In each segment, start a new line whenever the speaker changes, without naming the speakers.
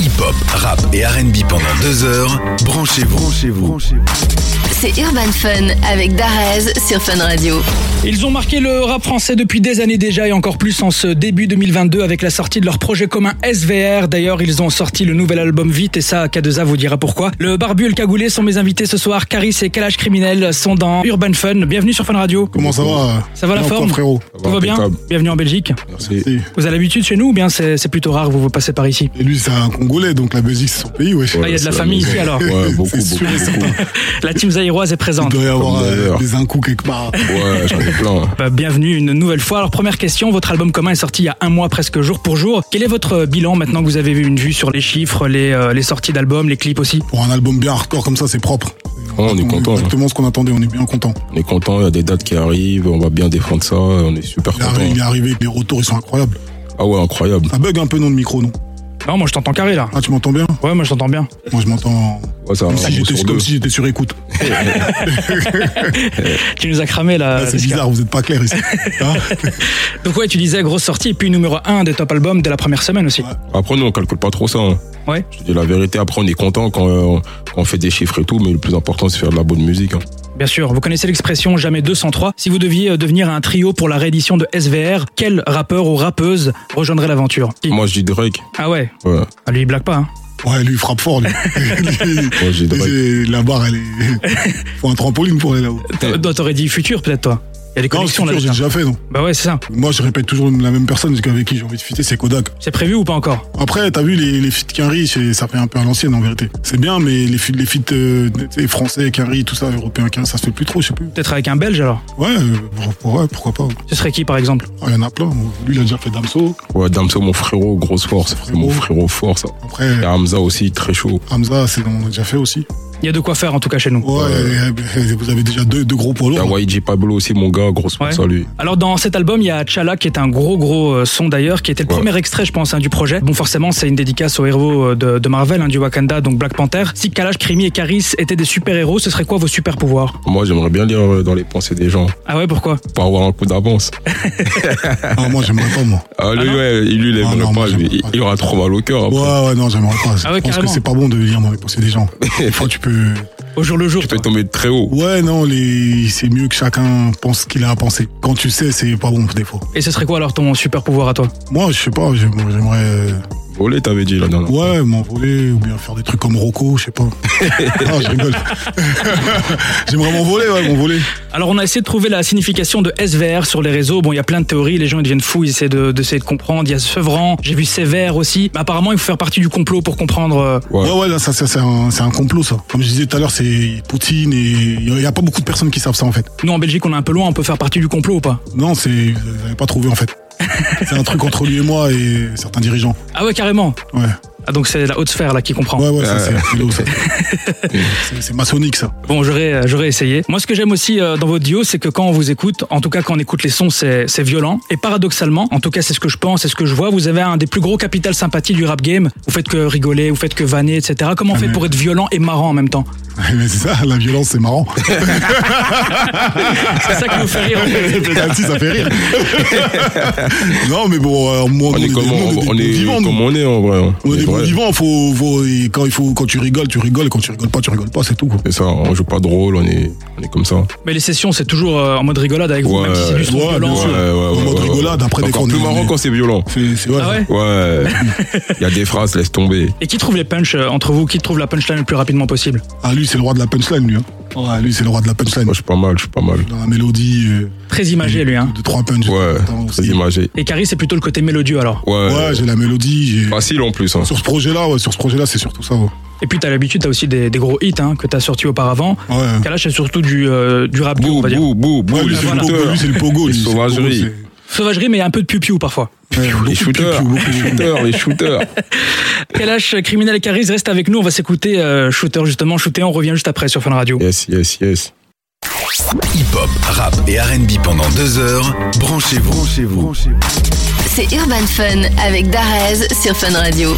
Hip-hop, rap et RB pendant deux heures. Branchez-vous. Branchez-vous.
C'est Urban Fun avec Darez sur Fun Radio.
Ils ont marqué le rap français depuis des années déjà et encore plus en ce début 2022 avec la sortie de leur projet commun SVR. D'ailleurs, ils ont sorti le nouvel album vite et ça, K2A vous dira pourquoi. Le Barbu et le Cagoulé sont mes invités ce soir. Caris et Kalash Criminel sont dans Urban Fun. Bienvenue sur Fun Radio.
Comment ça va
Ça va la
Non, toi,
forme
frérot
Tout va bien
Impeccable.
Bienvenue en Belgique.
Merci.
Si.
Vous avez l'habitude chez nous ou bien c'est c'est plutôt rare, vous vous passez par ici
Et lui, c'est un Congolais, donc la Belgique, c'est son pays, wesh.
Ah, il y a de la famille ici, alors.
Ouais, beaucoup,
C'est sûr
beaucoup,
et certain.
beaucoup.
La team zaïroise est
Il
présente.
doit y avoir
Comme
euh,
d'ailleurs.
des incous quelque part.
Ouais, j'en ai plein.
Bah, bienvenue une nouvelle fois. Alors première question, votre album commun est sorti il y a un mois presque jour pour jour. Quel est votre euh, bilan maintenant que vous avez vu une vue sur les chiffres, les, euh, les sorties d'albums, les clips aussi
Pour un album bien hardcore comme ça, c'est propre.
Ouais, on est content, hein.
Exactement ce qu'on attendait, on est bien content.
On est content, il y a des dates qui arrivent, on va bien défendre ça, on est super
Il, est arri-
content.
il est arrivé, les retours, ils sont incroyables.
Ah ouais, incroyable.
Ça bug un peu, non, le micro, non
Non, moi je t'entends carré là.
Ah, tu m'entends bien
Ouais, moi je t'entends bien.
Moi, je m'entends.
Ouais, ça,
Comme,
un
si
mot
j'étais-
Ah, sur
comme
deux.
si j'étais sur écoute.
Tu nous as cramé là.
Là, Ah, c'est
Desca.
bizarre, vous êtes pas clair ici. Hein
Donc ouais, tu disais grosse sortie et puis numéro 1 des top albums de la première semaine aussi.
Après, nous, on calcule pas trop ça. hein.
Ouais.
Je te dis la vérité, après, on est content quand, euh, on- quand on fait des chiffres et tout, mais le plus important, c'est faire de la bonne musique. hein.
Bien sûr, vous connaissez l'expression jamais 203. Si vous deviez euh, devenir un trio pour la réédition de SVR, quel rappeur ou rappeuse rejoindrait l'aventure Qui
Moi, je dis Drake.
Ah ouais,
Ouais.
ah, lui il blague pas. Hein.
Ouais, lui, il frappe fort, lui. Lui,
Moi, je dis Drake.
c'est- la barre, elle est. Faut un trampoline pour aller là-haut.
Euh, Toi, t'aurais dit futur peut-être toi. Il y a des
Non,
connexions
c'est sûr, j'ai
là.
déjà fait, non
Bah ouais, c'est ça.
Moi, je répète toujours la même personne avec qui j'ai envie de fitter, c'est Kodak.
C'est prévu ou pas encore
Après, t'as vu les, les feats Quinry, c'est- ça fait un peu à l'ancienne en vérité. C'est bien, mais les feats, les feats euh, tu sais, français, Quinry, tout ça, européen, Quinry, ça se fait plus trop, je sais plus.
Peut-être avec un Belge alors
Ouais, euh, pour- pour- ouais, pourquoi pas.
Ce serait qui par exemple
Ah, Il y en a plein. Lui, il a déjà fait Damso.
Ouais, Damso, mon frérot, grosse force. C'est mon frérot force.
Après,
Et Hamza aussi, très chaud.
Hamza, c'est on a déjà fait aussi.
Il y a de quoi faire en tout cas chez nous.
Ouais, Ah et- et- et vous avez déjà deux, deux gros poids
Il y a
lourds.
YG Pablo aussi, mon gars, grosse force
Ouais.
à lui.
Alors dans cet album, il y a Chala qui est un gros gros euh, son d'ailleurs, qui était le
Ouais.
premier extrait je pense hein, du projet. Bon forcément c'est une dédicace aux héros euh, de, de Marvel, hein, du Wakanda, donc Black Panther. Si Kalash, Krimi et Karis étaient des super-héros, ce serait quoi vos super-pouvoirs
Moi, j'aimerais bien lire euh, dans les pensées des gens,
Ah ouais pourquoi
pour avoir un coup d'avance.
Ah, moi, j'aimerais pas, moi.
Ah, lui, ouais, lui, il
Ah,
aimerait
non, moi,
pas. lui.
j'aimerais
Il,
pas.
il aura trop mal au cœur après.
Ouais, ouais, non, j'aimerais pas.
Ah ouais,
je pense que
carrément.
c'est pas bon de lire dans les pensées des gens. Des fois, tu peux.
Au jour le jour.
Tu peux
toi.
tomber de très haut.
Ouais, non, les... c'est mieux que chacun pense ce qu'il a à penser. Quand tu sais, c'est pas bon, des fois.
Et ce serait quoi alors ton super-pouvoir à toi
Moi, je sais pas, j'aimerais- j'aimerais. euh,
Volé, t'avais dit là dernière fois.
Ouais, m'envoler ou bien faire des trucs comme Rocco, je sais pas. non, je rigole. J'aimerais m'envoler, ouais, m'envoler.
Alors on a essayé de trouver la signification de SVR sur les réseaux. Bon, il y a plein de théories, les gens ils deviennent fous, ils essaient de, d'essayer de comprendre. Il y a Sevran, j'ai vu Sévère aussi. Mais apparemment, il faut faire partie du complot pour comprendre. euh,
Ouais.
Ouais, ouais, là, ça, ça, c'est un, c'est un complot, ça. Comme je disais tout à l'heure, c'est Poutine et il y a pas beaucoup de personnes qui savent ça, en fait.
Nous en Belgique, on est un peu loin, on peut faire partie du complot ou pas
Non, c'est, vous avez pas trouvé, en fait. C'est un truc entre lui et moi et certains dirigeants.
Ah ouais, carrément.
Ouais.
Ah donc c'est la haute sphère là qui comprend.
Ouais, ouais, ça,
Euh.
c'est philo, ça. C'est- C'est maçonnique, ça.
Bon, j'aurais euh, j'aurais essayé. Moi, ce que j'aime aussi euh, dans votre duo, c'est que quand on vous écoute, en tout cas quand on écoute les sons, c'est c'est violent. Et paradoxalement, en tout cas, c'est ce que je pense, c'est ce que je vois. Vous avez un des plus gros capital sympathie du rap game. Vous faites que rigoler, vous faites que vanner, etc. Comment on fait
mais-
pour être violent et marrant en même temps
Mais c'est ça, la violence, c'est marrant.
C'est ça qui nous fait rire. en fait.
Penalty, ça fait rire. non, mais bon, euh, moi,
On
nous,
est comme
des- nous, des-
on- on
des
est
vivants, nous.
comme on est en vrai. hein.
On est des
C'est
bons
vrai.
vivants, faut, faut- et quand, il faut, quand tu rigoles, tu rigoles, quand tu rigoles pas, tu rigoles pas, c'est tout. Quoi.
C'est ça, on joue pas de rôle, on est, on est comme ça.
Mais les sessions, c'est toujours euh, en mode rigolade avec vous,
Ouais,
même si c'est du son
ouais,
violent.
bien sûr. En mode rigolade, après, dès
Encore
qu'on
plus
est-
marrant quand c'est violent.
C'est, c'est, ouais,
Ah ouais
Ouais. Il y a des phrases, laisse tomber.
Et qui trouve les punchs euh, entre vous Qui trouve la punchline le plus rapidement possible
Ah, lui, c'est le roi de la punchline, lui. Hein. Ouais, lui, c'est le roi de la punchline.
Moi, je suis pas mal, je suis pas mal.
Dans la mélodie, euh,
Très imagé lui. Hein.
de trois punches.
Ouais,
Attends,
très
aussi.
imagé.
Et Carrie, c'est plutôt le côté mélodieux alors.
Ouais.
Ouais, j'ai la mélodie. j'ai-
Facile en plus. hein.
Sur ce projet-là, ouais, sur ce projet-là, c'est surtout ça. Ouais.
Et puis t'as l'habitude, t'as aussi des, des gros hits hein, que t'as sortis auparavant.
ouais.
Kalash c'est surtout du, euh, du rap dur, on
Bou,
va dire.
bou, bou, bou,
Ouais, lui,
les
c'est le
Ah, voilà.
pogo,
shooters.
lui, c'est le pogo. lui,
Les
c'est le pogo,
sauvageries.
c'est-
Sauvagerie, mais un peu de piou-piou parfois.
Ouais, beaucoup
Les
de
shooters,
pipi, beaucoup
les
de-
shooters, les shooters.
Kalash, euh, Criminel et Caris reste avec nous. On va s'écouter euh, Shooter justement. Shooter, on revient juste après sur Fun Radio.
Yes, yes, yes.
Hip-hop, rap et RB pendant deux heures. Branchez-vous. Branchez-vous.
C'est Urban Fun avec Darez sur Fun Radio.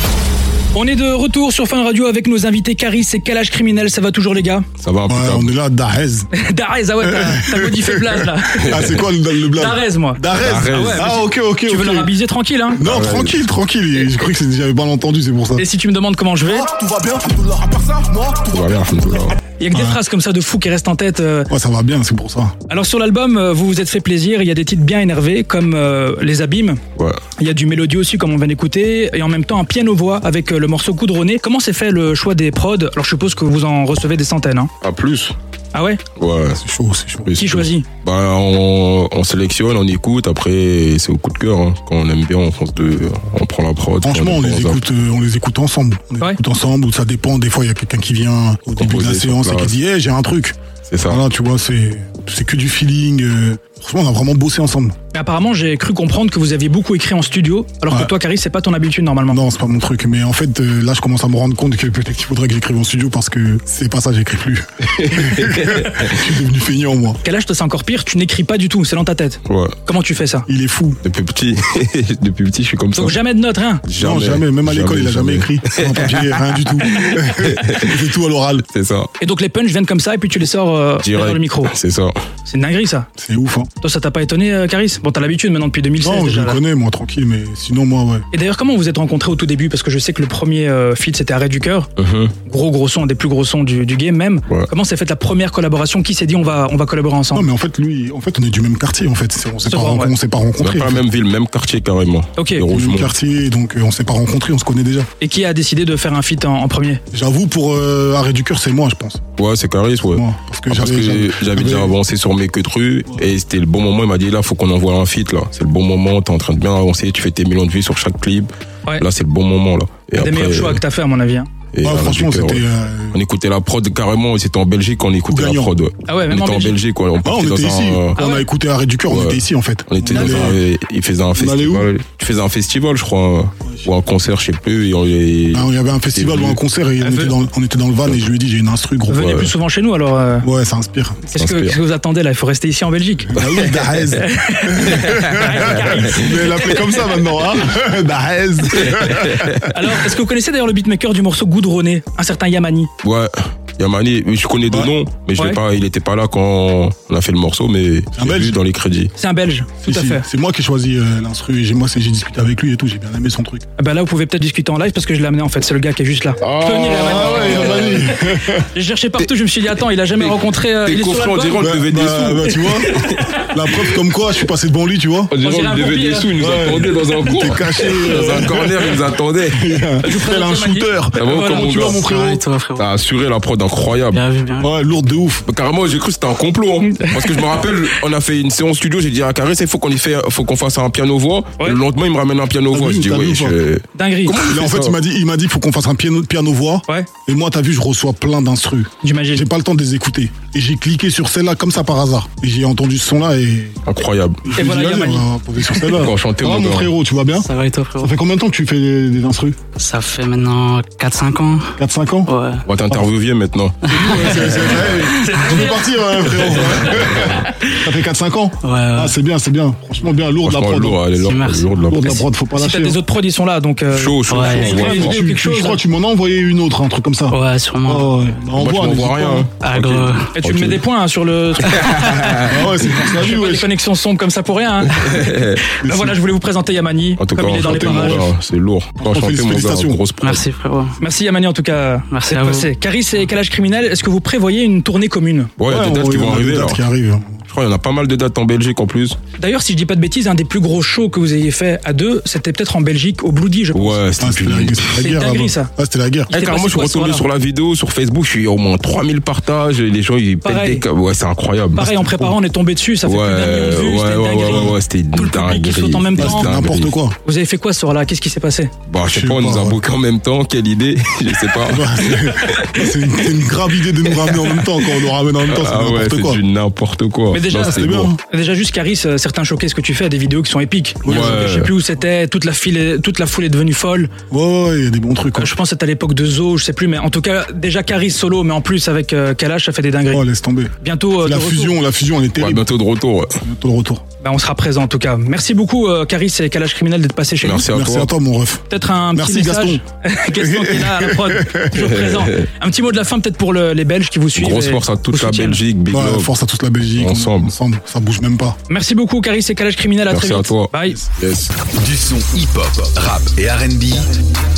On est de retour sur Fun Radio avec nos invités Caris et Calage Criminel. Ça va toujours, les gars
Ça va,
Ouais,
putain.
on est là à Dahez.
Darez, ah ouais, t'as- t'as modifié le blaze là.
Ah, c'est quoi le, le blague
Darez, moi.
Darès.
Darès.
Ah,
Ouais,
mais
ok, ok,
Tu veux
ok.
l'arabiser tranquille, hein
Non, tranquille, tranquille. J'ai cru que c'était- j'avais mal entendu, c'est pour ça.
Et si tu me demandes comment je vais,
tout va bien, Alhamdoulilah. À part ça, moi, tout
Tout va bien, Alhamdoulilah.
il y a que des phrases comme ça de fou qui restent en tête. euh.
Ouais, ça va bien, c'est pour ça.
Alors sur l'album, euh, vous vous êtes fait plaisir, il y a des titres bien énervés comme euh, Les Abîmes,
Ouais.
il y a du mélodie aussi comme on vient d'écouter, et en même temps un piano-voix avec euh, le morceau Coudronné. Comment s'est fait le choix des prods Alors je suppose que vous en recevez des centaines. Hein.
À plus.
Ah ouais
Ouais.
C'est chaud, c'est chaud.
plus,
Qui
plus.
choisit
Bah, on, on sélectionne, on écoute. Après, c'est au coup de cœur. hein. Quand on aime bien, on pense de, on prend la prod.
Franchement, on
Quand
les
prend,
écoute, euh, on les écoute ensemble. On les
Ouais.
écoute ensemble. ou Ça dépend. Des fois, il y a quelqu'un qui vient au début de la
Composer sur
séance et qui
place.
dit, hey, j'ai un truc.
C'est ça.
Voilà, tu vois, c'est c'est que du feeling. euh. Franchement, on a vraiment bossé ensemble.
Mais apparemment j'ai cru comprendre que vous aviez beaucoup écrit en studio, alors que
Ouais.
toi Caris c'est pas ton habitude normalement.
Non, c'est pas mon truc. Mais en fait, euh, là, je commence à me rendre compte que peut-être qu'il faudrait que j'écrive en studio parce que c'est pas ça, j'écris plus. je suis devenu feignant, moi.
Quel âge toi c'est encore pire, tu n'écris pas du tout, c'est dans ta tête.
Ouais.
Comment tu fais ça
Il est fou.
Depuis petit, depuis petit, je suis comme ça.
Donc jamais de notes, rien.
non, jamais. Même à l'école, il a jamais, écrit. Sur un papier, rien du tout. c'est tout à l'oral.
C'est ça.
Et donc les punchs viennent comme ça et puis tu les sors euh,
Direct.
derrière le micro.
C'est ça.
C'est une dinguerie ça.
C'est ouf, hein.
Toi ça t'a pas étonné euh, Caris Bon t'as l'habitude maintenant depuis 2016
Non, je
déjà.
le
là.
connais, moi, tranquille. Mais sinon, moi, ouais.
Et d'ailleurs comment vous vous êtes rencontrés au tout début Parce que je sais que le premier euh, feat c'était Arrêt du cœur,
Mhm.
gros gros son, un des plus gros sons du, du game même.
Ouais.
Comment s'est faite la première collaboration Qui s'est dit on va on va collaborer
Non,
ensemble
mais en fait, lui, en fait, on est du même quartier, en fait. C'est- On s'est
C'est
pas,
vrai,
ren-
ouais.
on s'est pas
On n'a
rencontrés.
pas la même ville, même quartier carrément.
Ok.
Et
On est du
Rosemont.
même quartier, donc euh, on s'est pas rencontrés, on se connaît déjà.
Et qui a décidé de faire un feat en, en premier
J'avoue, pour euh, Arrêt du cœur, c'est moi, je pense.
Ouais, c'est Caris, ouais.
Moi, parce que
Ah, parce
j'avais-
que j'avais déjà avancé sur mes queues de rue et c'était le bon moment. Il m'a dit là, faut qu'on envoie un feat là. C'est le bon moment. T'es en train de bien avancer. Tu fais tes millions de vues sur chaque clip.
Ouais.
Là, c'est le bon moment là. Et
Des meilleurs choix que t'as fait à mon avis. hein.
et
Ouais,
Alain
Ah, franchement,
Ducœur,
c'était.
ouais.
euh,
On écoutait la prod carrément. et C'était en Belgique. On écoutait la
Gagnant.
prod. ouais.
Ah ouais,
on
même
était
en
en
Belgique.
Belgique. ouais.
Ah,
partait
on
dans
était ici.
un-
Ah
On
ouais.
a écouté Arrêt du cœur, on
Ouais.
était ici en fait. ah,
On était dans
allait-
un, il faisait un
allait où
festival. Tu faisais un festival, je crois, ou un concert, je sais plus. et on- et-
Ah, Il y avait un festival
Et
ou un
vous-
concert et on
Elle
était,
veut-
dans, on était dans le van et je lui ai dit j'ai une instru gros.
Venez
Ouais.
plus souvent chez nous alors. euh,
Ouais, ça inspire.
Qu'est-ce que,
Inspire.
qu'est-ce que vous attendez là Il faut rester ici en Belgique.
Bah oui, Dahez. Mais l'appeler comme ça maintenant, hein Dahez.
Alors, est-ce que vous connaissez d'ailleurs le beatmaker du morceau Goudronné, un certain Yamani
Ouais. Yamani, je connais deux
Ouais.
noms, mais je l'ai
Ouais.
pas, il était pas là quand on a fait le morceau, mais je l'ai
Belge.
vu dans les crédits.
C'est un Belge, tout
Si,
à
si,
fait.
C'est moi qui ai choisi euh, l'instru et j'ai- moi c'est- j'ai discuté avec lui et tout, j'ai bien aimé son truc.
Ah Bah là, vous pouvez peut-être discuter en live parce que je l'ai amené en fait. C'est le gars qui est juste là.
Ah,
Tony Lehman. J'ai cherché partout. Je me suis dit attends, il a jamais rencontré. euh,
t'es
il est sur
confiant, on
l'album
dirait, on
Ouais,
devait des
bah,
sous.
bah, tu vois La preuve comme quoi je suis passé devant lui, tu vois
On
On dirait un
devait
pompier,
des
hein.
sous, il nous attendait dans un coin.
Caché,
Dans
euh,
un corner, il nous attendait.
tel un
présente
shooter.
Ah bon,
Voilà,
comme
tu
mon
vois,
gars.
mon frérot.
Ouais, ça va, frérot.
T'as assuré la prod incroyable.
Bien vu, bien vu.
Ouais, lourde de ouf.
Bah, Carrément, j'ai cru que c'était un complot. hein. Parce que je me rappelle, on a fait une séance studio, j'ai dit à Carré, il faut qu'on y fait, euh, faut qu'on fasse un piano voix.
Ouais.
Le lendemain, il me ramène un piano voix.
vu,
Je dis,
t'as
oui,
vu ou pas
je-
Dinguerie.
Et là, en
fais
fait,
ça
il m'a dit, il m'a dit, faut qu'on fasse un piano, piano voix.
Ouais.
Et moi, t'as vu, je reçois plein d'instrus. J'ai
J'imagine.
pas le temps de les écouter. Et j'ai cliqué sur celle-là comme ça par hasard. Et j'ai entendu ce son-là et.
incroyable.
je me suis
voilà,
dit, allez,
Yamani.
on va poser sur celle-là.
Encore chanté,
Ah,
mon
mon
gars.
frérot, tu vas bien
Ça va et toi, frérot
Ça fait combien de temps que tu fais des, des instrus
Ça fait maintenant 4-5 ans.
4-5 ans
Ouais.
On va t'interviewer maintenant.
C'est c'est vrai. Tu peux partir, euh, frérot. Ça fait 4-5 ans
Ouais, ouais.
Ah, c'est bien, c'est bien. Franchement, bien lourd de la
Franchement,
prod.
lourd, elle est lourde,
Merci.
lourde, la prod.
Lourd de la prod, faut pas
Si t'as
lâcher.
des
hein.
autres prods, ils sont là. Donc euh,
Chaud, chaud, chaud.
Ouais,
ouais.
écrit,
Tu-
autres,
tu-
quelque
tu-
chose,
Je
là.
crois que tu m'en as envoyé une autre, un truc comme ça.
Ouais, sûrement.
Oh, ouais. Bah,
Moi, je
envoie,
t'envoie
n'hésite
rien.
pas,
hein.
hein.
Agro.
et tu me mets des points hein, sur le. sur
Ah ouais, c'est pour ça, oui,
les
ouais.
connexions sombres comme ça pour rien. hein. Là voilà, je voulais vous présenter Yamani.
En tout cas,
Comme il est dans les
enchanté, mon
parages.
gars. C'est lourd. Enchanté, mon gars.
félicitations.
Grosse prod.
Merci, frérot.
Merci Yamani en tout cas.
Merci
d'être
à vous.
passé. Caris et Calage Criminel, est-ce que vous prévoyez une tournée commune
Ouais, il y a
Ouais,
des dates
on-
qui
on
vont
a
arriver.
Des
là.
dates qui arrivent.
Je crois qu'il y en a pas mal de dates en Belgique en plus.
D'ailleurs, si je dis pas de bêtises, un des plus gros shows que vous ayez fait à deux, c'était peut-être en Belgique, au Bloody, je pense.
Ouais,
Ah,
c'était
c'était la,
fini.
c'était
C'est
la guerre.
dinguerie,
là-bas.
ça.
Ah, c'était la guerre.
Il s'est
Eh, carrément,
passé
je suis
Ah, quoi ce
retourné
soir-là
sur la vidéo, sur Facebook, je suis au moins 3000 partages, et les gens ils pètent
Pareil.
des câbles. Ouais, c'est incroyable.
Pareil, en préparant, on est tombé dessus, ça
ouais,
fait plus d'un million de vues,
ouais,
c'était
ouais, ouais,
dinguerie.
ouais, ouais, c'était une
Tout le public qui
dinguerie.
saute en même
C'était
temps.
une dinguerie.
N'importe quoi.
Vous avez fait quoi ce soir-là Qu'est-ce qui s'est passé
Bah, je sais pas, on nous a
ouais.
bouqué en même temps, quelle idée, je sais pas.
Ouais, c'est- c'est une, c'est une grave idée de nous ramener en même temps quand on nous ramène en même temps, c'est
Ah ouais,
n'importe
c'est
quoi.
du n'importe quoi.
Mais déjà,
Non, c'était
c'était bien.
lourd.
hein.
Hum. Déjà juste Caris, euh, certains choqués ce que tu fais à des vidéos qui sont épiques.
Ouais.
Je sais plus où c'était, toute la, file est- toute la foule est devenue folle.
Ouais, ouais, il y a des bons trucs.
Euh,
hein.
Je pense que c'était à l'époque de Zo, je sais plus, mais en tout cas déjà Caris solo, mais en plus avec euh, Kalash, ça fait des dingueries.
Oh, laisse tomber.
Bientôt euh,
La
de retour.
fusion, la fusion, elle est
Ouais,
terrible.
bientôt de retour. ouais.
Bientôt le retour.
Bah, on sera présent en tout cas. Merci beaucoup euh, Caris et Kalash criminel d'être passé chez
Merci
nous.
à
Merci
toi.
à toi, mon ref.
Peut-être un
Merci,
petit message. Gaston qui est là à la prod, toujours présent. Un petit mot de la fin peut-être pour le- les Belges qui vous suivent.
Grosse
et
force à toute
vous
la
soutiennent.
Belgique, Big
Ouais,
Love.
force à toute la Belgique. on est
Ensemble.
Ensemble. Ça bouge même pas.
Merci beaucoup Caris et Kalash criminel. À
Merci
très
à
vite.
toi.
Bye.
Yes.
Du son hip-hop, rap et RB,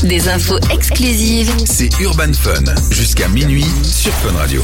Des infos exclusives
c'est Urban Fun. Jusqu'à minuit sur Fun Radio.